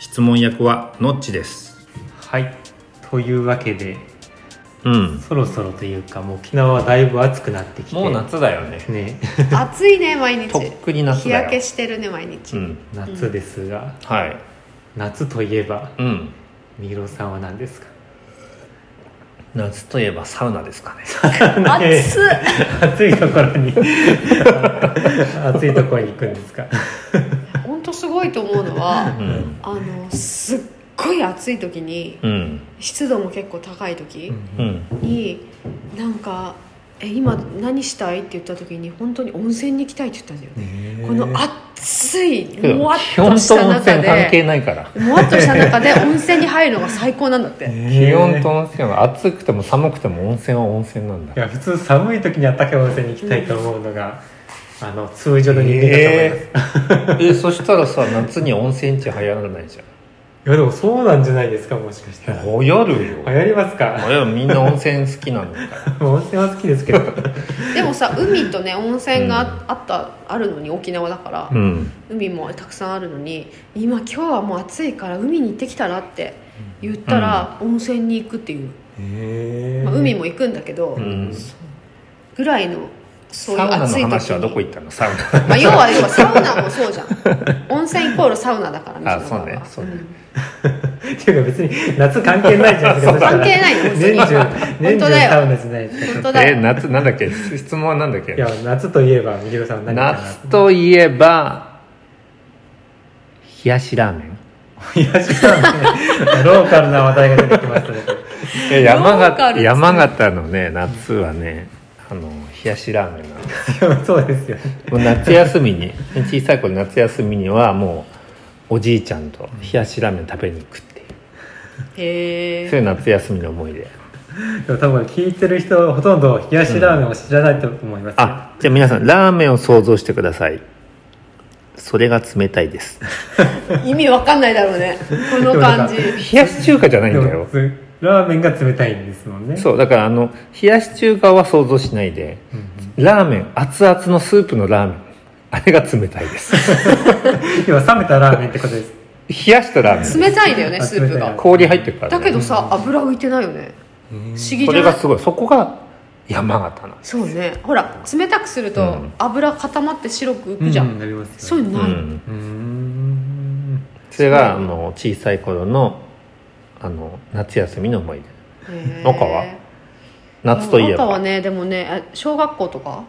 質問役はノッチですはいというわけでうんそろそろというかもう沖縄はだいぶ暑くなってきてもう夏だよね ね暑いね毎とっ日くに夏日だよ焼けしてるね毎日、うん夏ですが、はい夏といえばうん三浦さんは何ですか夏といえばサウナですかね 暑っ暑いところに 暑いところに行くんですかほんとすごいと思う のうはんあのすっごい暑い時にうん湿度も結構高い時うんに、なんか「え今何したい?」って言った時に本当に温泉に行きたいって言ったんだよね、この暑いもわっ基本ととした温中泉関係でないからもわっとした中で温泉に入るのが最高なんだって、気温と温泉は暑くても寒くても温泉は温泉なんいだや普通寒い時にあったかい温泉に行きたいと思うのが、あの通常の人間だと思います、えそしたらさ夏に温泉地流行らないじゃいやでもそうなんじゃないですかもしかしたらん流流行るよ行りますか流行るみんな温泉好きなんだから温泉は好 きですけどでもさ海とね温泉がああった、あるのに沖縄だから、うん海もたくさんあるのに今今日はもう暑いから海に行ってきたらって言ったら、温泉に行くっていう、まあ、海も行くんだけど、うんぐらいのそサウういうナの暑い時に話はどこ行ったのサウナまあ、要は要はサウナもそうじゃん 温泉イコールサウナだからあ水の中はそうねそうねんっていうか別に夏関係ないじゃないですか関係ないよ年中年本当中だよサウナじゃないですか本当だえよ、夏なんだっけ質問はなんだっけいや夏といえばみひろさんは何か夏といえば冷やしラーメンないや違うねローカルな話題が出てきましたねえ山ローカルっ形つって山形のね夏はねあの冷やしラーメンなんですでもそうですよねもう夏休みに 小さい頃夏休みにはもうおじいちゃんと冷やしラーメン食べに行くっていう、へそういえう夏休みの思い出でも多分聞いてる人ほとんど冷やしラーメンを知らないと思います、ねあじゃあ皆さんラーメンを想像してくださいそれが冷たいです意味わかんないだろうねこの感じで冷やし中華じゃないんでだもよつラーメンが冷たいんですもんねそうだからあの冷やし中華は想像しないで、ラーメン熱々のスープのラーメンあれが冷たいです 要は冷めたラーメンってことです冷やしたラーメンです冷たいんだよねスープが氷入ってるから、だね、けどさ油浮いてないよね不思議じそゃれないがすごいそこが山形なんですそうねほら冷たくするうとん油固まって白く浮くじゃん、うなりますよねそういうのない、うんうーんそれがあの小さい頃のあの夏休みの思い出へー中は夏といえ中はば、ねでもねあ小学校とか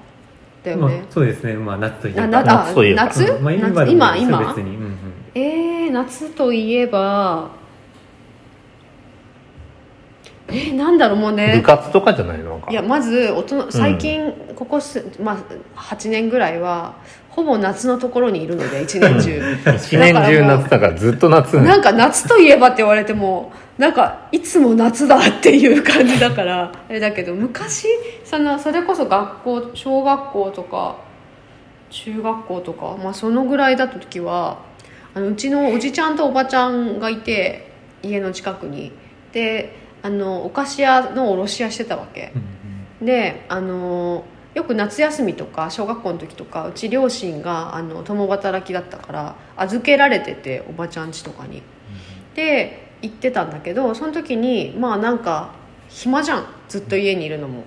だよまあね、そうですねまあ夏といえばあなあ夏といえば夏,、うんまあ、今でも夏いい今ですよ今別に、うんうんえー、夏といえばえー、なんだろうもうね部活とかじゃないのなんかいやまず大人最近ここす、まあ、8年ぐらいはほぼ夏のところにいるので1年中一年中夏だからずっと夏ななんんか夏といえばって言われてもなんかいつも夏だっていう感じだからあれだけど昔そのそれこそ学校小学校とか中学校とか、まあ、そのぐらいだった時はあのうちのおじちゃんとおばちゃんがいて家の近くにであのお菓子屋の卸屋してたわけ。であのよく夏休みとか小学校の時とかうち両親があの共働きだったから預けられてておばちゃん家とかに。で行ってたんだけどその時にまあなんか暇じゃんずっと家にいるのも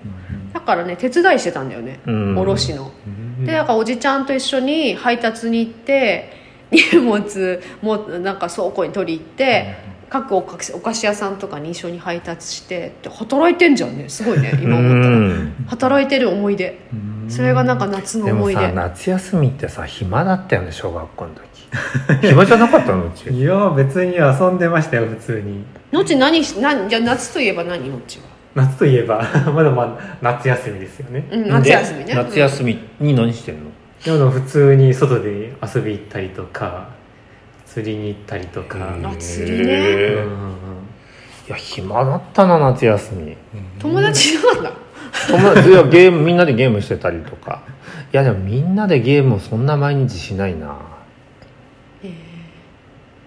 だからね手伝いしてたんだよねうん卸しの。うんでだからおじちゃんと一緒に配達に行って荷物もなんか倉庫に取り行って、各お菓子お菓子屋さんとかに一緒に配達してって働いてんじゃんねすごいね今思ったらうん働いてる思い出それがなんか夏のでも思いさ出夏休みってさ暇だったよね小学校の時暇じゃなかったのうちいや別に遊んでましたよ普通にのち何し何じゃあ夏といえば何のちは、夏といえば まだまあ夏休みですよね、うん、夏休みねで夏休みに何してんのでも普通に外で遊び行ったりとか普釣りに行ったりとか、うんうんあ釣りねうへんうーんいや暇だったな夏休み友達いなかった友達いやゲームみんなでゲームしてたりとかいやでもみんなでゲームをそんな毎日しないなえ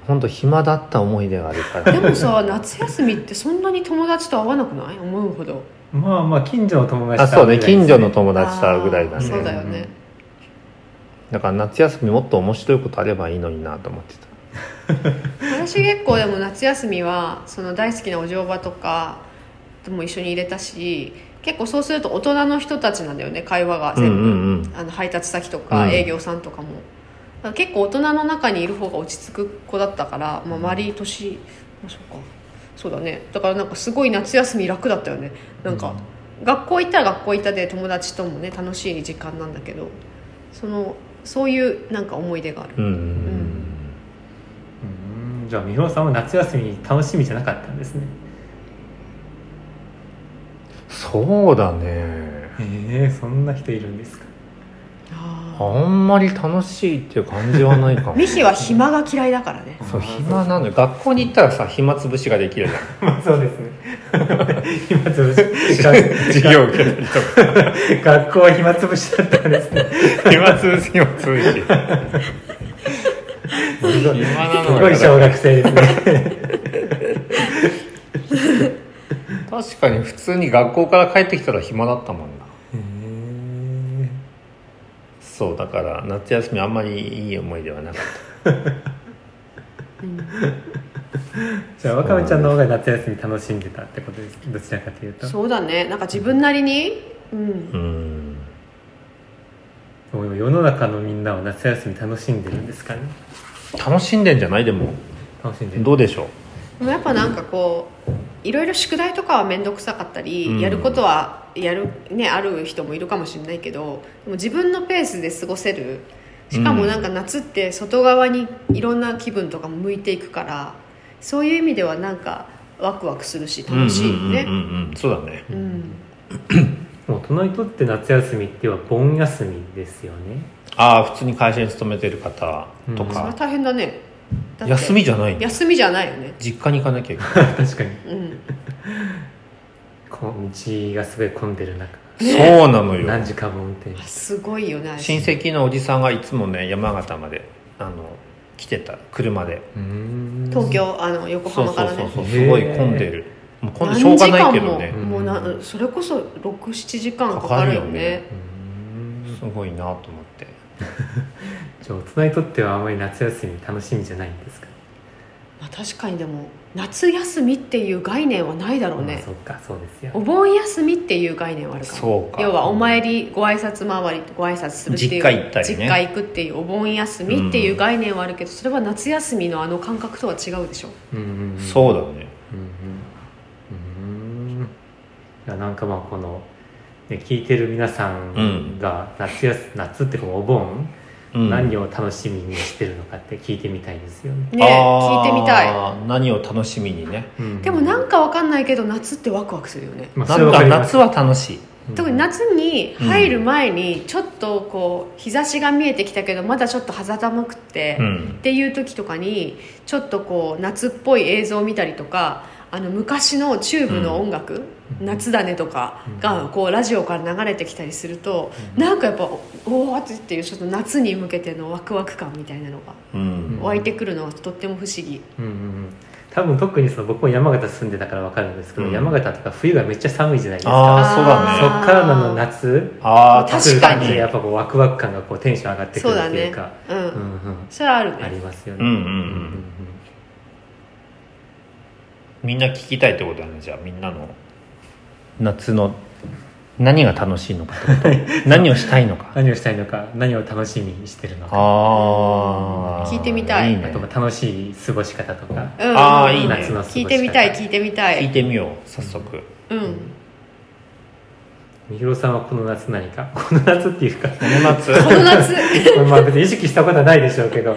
本当暇だった思い出があるからーでもさ 夏休みってそんなに友達と会わなくない思うほどまあまあ近所の友 達あそうねと会近う所ぐらいですねの友達と会うぐらいだあーそうだねよねだから夏休みもっと面白いことあればいいのになと思ってた私結構でも夏休みはその大好きなお嬢場とかとも一緒に入れたし結構そうすると大人の人たちなんだよね会話がうんう全ん部、うんあの配達先とうかん営業さんとかも、だから結構大人の中にいる方が落ち着く子だったから、まあ、周り年、まあ、そうかそうだねだからなんかすごい夏休み楽だったよねなんか、学校行ったら学校行ったで友達ともね楽しい時間なんだけどそのそういうなんか思い出があるうんうんうんじゃあ美穂さんは夏休み楽しみじゃなかったんですねそうだねええそんな人いるんですか ああんまり楽しいっていう感じはないかーも ミヒは暇が嫌いだからねそう暇なのよ学校に行ったらさ暇つぶしができるじゃんまあそうですね 暇つぶし 授業受けたりとか学校は暇つぶしだったんですね暇つぶし暇つぶしす暇なごい小学生ですね確かに普通に学校から帰ってきたら暇だったもんなそうだから夏休みあんまりいい思い出はなかっじゃあ若めちゃんの方が夏休み楽しんでたってことですどちらかというとそうだねなんか自分なりにうんたうんもう世の中のみんなは夏休み楽しんでるんですかね楽しんでんじゃないでも楽しんでるどうでしょでもやっぱなんかこういろいろ宿題とかは面倒くさかったり、うんやることはやる、ね、ある人もいるかもしれないけどでも自分のペースで過ごせるしかもなんか夏って外側にいろんな気分とかも向いていくからそういう意味ではなんかワクワクするしう楽しいうねん。うんうんうんうんそうだねうんもう大人にとって夏休みっていうのは盆休みですよねああ普通に会社に勤めてる方とそれはか、大変だねだって休みじゃないの休みじゃないよね、実家に行かなきゃいけない確かにうん、こう道がすごい混んでる中そうなのよ何時間も運転してすごいよねあれ親戚のおじさんがいつもね山形まであの来てた車で東京あの横そう浜かそうらねそうそうねすごい混んでるもう混んでしょうがないけどね何時間ももうなそれこそ67時間かかかかるるよよねねうんすごいなと思ってじゃあ大人にとってはあまり夏休み楽しみじゃないんですかまあ、確かにでも夏休みっていう概念はないだろうまあねそっかそうですよお盆休みっていう概念はあるからそうか要はお参りご挨拶回りご挨拶するっていう実家行ったりね実家行くっていうお盆休みっていう概念はあるけど、それは夏休みのあの感覚とは違うでしょうんうんうんそうだねうんうんうーんいやなんかまあこの、ね、聞いてる皆さうんんが夏やす夏ってこのお盆、うん何を楽しみにしてるのかって聞いてみたいですよね、ね聞いてみたいい何を楽しみにねでもなんかわかんないけど夏ってワクワクするよねまあなそれんわかかります夏は楽しい特に夏に入る前にちょっとこう日差しが見えてきたけどまだちょっと肌寒くって、うんっていう時とかにちょっとこう夏っぽい映像を見たりとかあの昔のチューブの音楽「夏だね」とかがこうラジオから流れてきたりすると、なんかやっぱ「おお!」っていうちょっと夏に向けてのワクワク感みたいなのがうん湧いてくるのはとっても不思議、うんうんうん多分特にその僕も山形住んでたからわかるんですけど、うん山形とか冬がめっちゃ寒いじゃないですかああそうだそねっからのあの夏ああ確かにやっぱこうワクワク感がこうテンション上がってくそるうっだていねうかうん、うんうんそれはあるありねますよねうんうんうんみんな聞きたいってことだねじゃあみんなの夏の何が楽しいのかってこと 何をしたいのか何をしたいのか何を楽しみにしてるのかああ聞いてみたいねあとまあ楽しい過ごし方とか、うんああいいね夏の過ごし方聞いてみたい聞いてみた聞いいてみよう早速うんみひろさんはこの夏何かこの夏っていうか この夏この夏まあ別に意識したことはないでしょうけど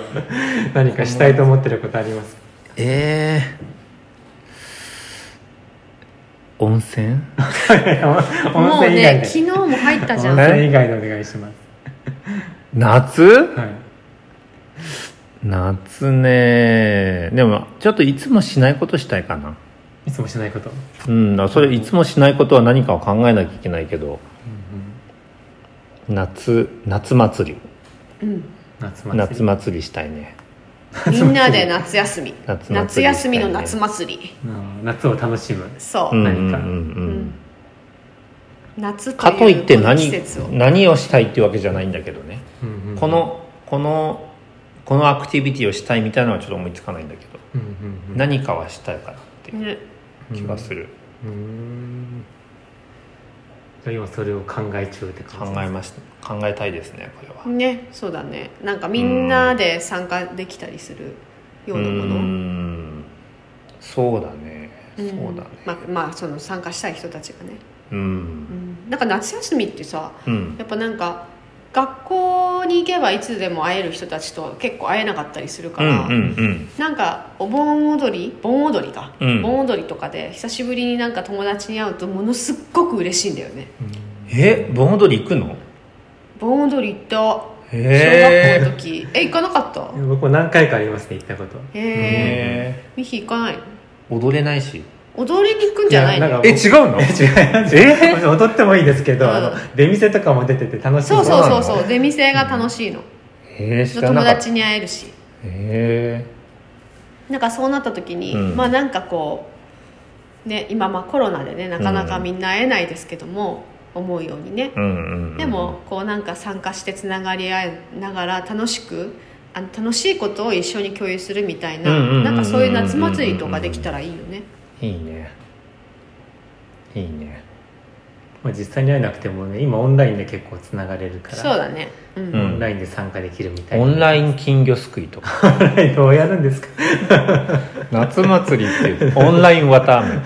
何かしたいと思ってることあります か えー、温泉もう温泉以外ねで昨日も入ったじゃん温泉以外でお願いします夏はい夏ねでもちょっといつもしないことしたいかないつもしないこと、うんうんだからそれいつもしないことは何かを考えなきゃいけないけどうん、夏夏祭りうん、夏祭り夏祭りしたいねみんなで夏休み 夏祭り夏休みの夏祭りうん夏を楽しむそう、うんうん何うんうかん夏かといってこの何季節を何をしたいっていうわけじゃないんだけどね、うんうんこのこのこのアクティビティをしたいみたいなのはちょっと思いつかないんだけど、うんうんうん何かはしたいかなっていうね気がする、うーんじゃあ今それを考え中って感じ考えました考えたいですねこれは、ねそうだねなんかみんなで参加できたりするようなもうーのんそうだねそうだねまあ、まあその参加したい人たちがね、ううんん、なんか夏休みってさうんやっぱなんか学校に行けばいつでも会える人たちと結構会えなかったりするかうんうら、んなんかお盆踊り盆踊りか、うん盆踊りとかで久しぶりになんか友達に会うとものすっごく嬉しいんだよねうんえ盆踊り行くの盆踊り行った小へ学校の時え行かなかったうん僕も何回かありますね行ったこと へええへミヒ行かないのえ踊れないし踊りに行くんじゃないのいやなんかえ違うの違うえ違う踊ってもいいですけど、うんあの出店とかも出てて楽しいそうそうそうそうそう出店が楽しいのえー、知ら友なかったへ達に会えるしえなんかそうなった時に、うんまあなんかこうね今まあコロナでねなかなかみんな会えないですけども、思うようにね、うんうんうんでもこうなんか参加してつながり合いながら楽しくあの楽しいことを一緒に共有するみたいなうんうんうんうんなんかそういう夏祭りとかできたらいいよねいいねいいねまあ、実際に会えなくてもね今オンラインで結構つながれるからそうだねうん、んオンラインで参加できるみたいなオンランイン金魚すくいとか どうやるんですか 夏祭りって いうオンライン綿あめ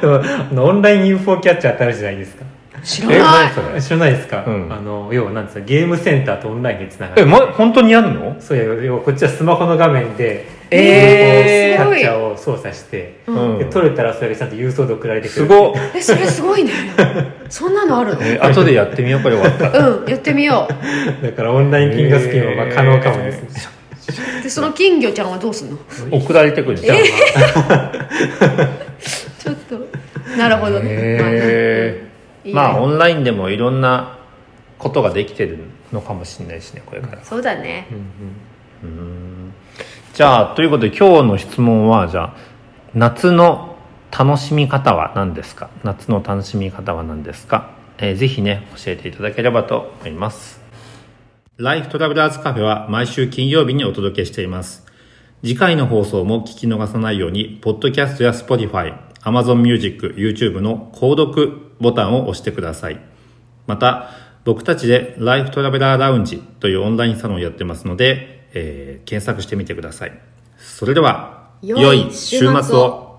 でもあのオンライン UFO キャッチャーってあるじゃないですか知えら何ないそれ知らないですか、うんあの要はなんですかゲームセンターとオンラインでつながえ、るま、本当にやんのそうや要はこっちはスマホの画面でえー UFO キャッチャーを操作して、うんで撮れたらそれがちゃんと郵送で送られてくするごっえそれすご いねそんなのあるのえ後でやってみようこれ終わ ったうんやってみよだからオンライン金魚すきもまあ可能かもですね、うでその金魚ちゃんはどうすんの送られてくるじゃんちょっと なるほどね、へまあうんいいねまあオンラインでもいろんなことができてるのかもしれないしねこれからそうだねうんうんじゃあということで今日の質問はじゃあ夏の楽しみ方は何ですか夏の楽しみ方は何ですか、えーぜひね教えていただければと思いますライフトラベラーズカフェは毎週金曜日にお届けしています次回の放送も聞き逃さないようにポッドキャストや Spotify、Amazon Music、YouTube の購読ボタンを押してくださいまた、僕たちでライフトラベラーラウンジというオンラインサロンをやってますので、えー検索してみてください。それでは、良い週末を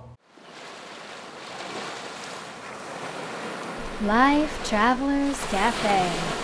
Life Travelers Cafe.